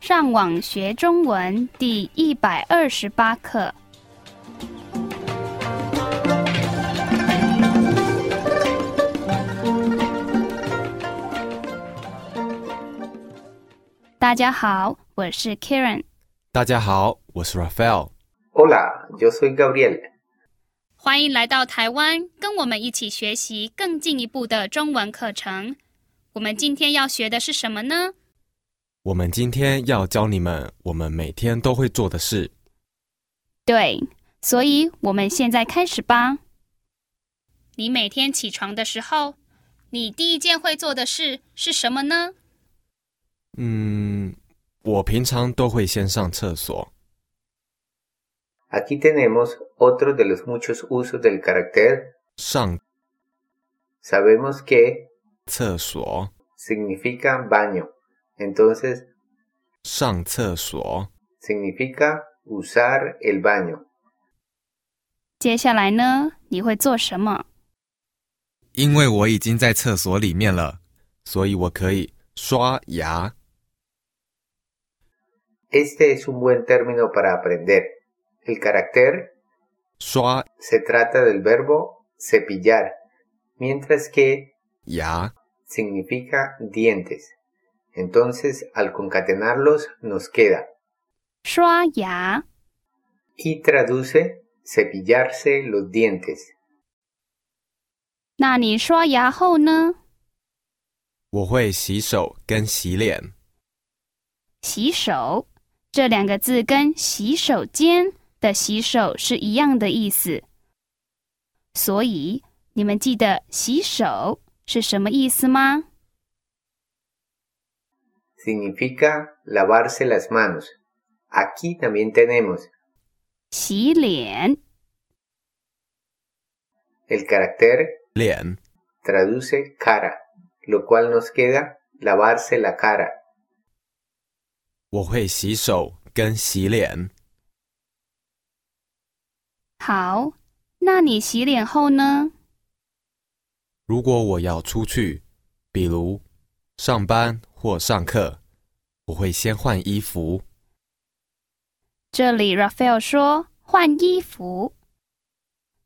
上网学中文第一百二十八课。大家好，我是 Karen。大家好，我是 Raphael。 Hola, yo soy Gabriel. 欢迎来到台湾，跟我们一起学习更进一步的中文课程。我们今天要学的是什么呢？我们今天要教你们我们每天都会做的事。对，所以我们现在开始吧。你每天起床的时候，你第一件会做的事是什么呢？嗯，我平常都会先上厕所。 Aquí tenemos otro de los muchos usos del carácter. 上 Sabemos que 厕所， significa baño. Entonces, 上厕所。 significa usar el baño. 接下来呢，你会做什么？因为我已经在厕所里面了。所以我可以刷牙。 Este es un buen término para aprender. El carácter 刷 se trata del verbo cepillar, mientras que 牙， significa dientes. Entonces, al concatenarlos, nos queda 刷牙。 y traduce cepillarse los dientes. 那你刷牙后呢？我会洗手跟洗脸。洗手这两个字跟洗手间的洗手是一样的意思，所以你们记得洗手是什么意思吗？ Significa lavarse las manos. Aquí también tenemos 洗脸。 el carácter 脸， traduce cara, lo cual nos queda lavarse la cara. 我会洗手跟洗脸。好，那你洗脸后呢？如果我要出去，比如上班或上课，我会先换衣服。这里 Raphael 说换衣服，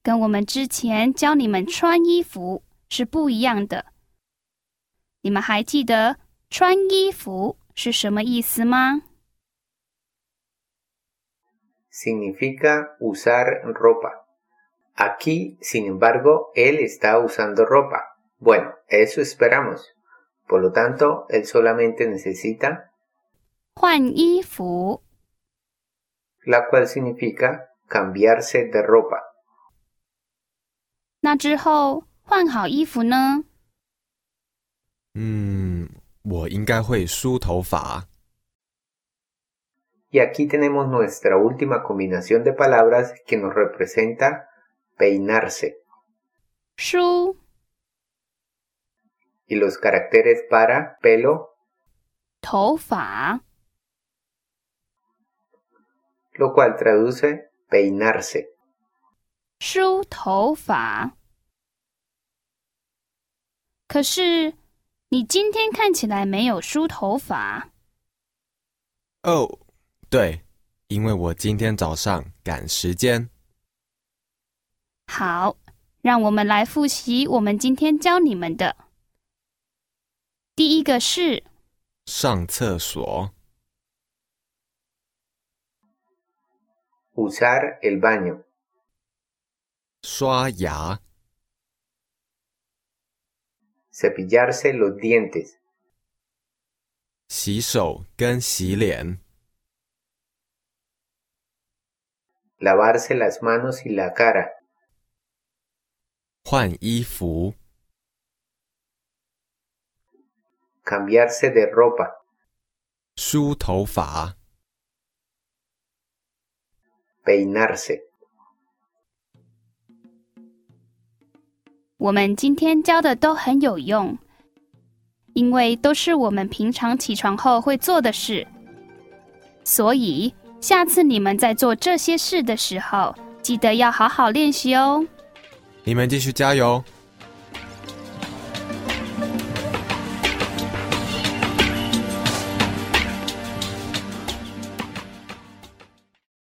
跟我们之前教你们穿衣服是不一样的。你们还记得穿衣服是什么意思吗？ Significa usar ropa. Aquí, sin embargo, él está usando ropa. Bueno, eso esperamos. Por lo tanto, él solamente necesita, 换衣服， la cual significa cambiarse de ropa. 那之后换好衣服呢？嗯，我应该会梳头发。 Y aquí tenemos nuestra última combinación de palabras que nos representa peinarse 梳 y los caracteres para pelo, 头发， lo cual traduce peinarse. 梳头发。可是你今天看起来没有梳头发。哦，对，因为我今天早上赶时间。好，让我们来复习我们今天教你们的。第一个是上厕所， Usar el baño, 刷牙， cepillarse los dientes, 洗手跟洗脸， lavarse las manos y la cara, 换衣服， cambiarse de ropa, 梳头发， peinarse. 我们今天教的都很有用，因为都是我们平常起床后会做的事，所以下次你们在做这些事的时候，记得要好好练习哦。你们继续加油。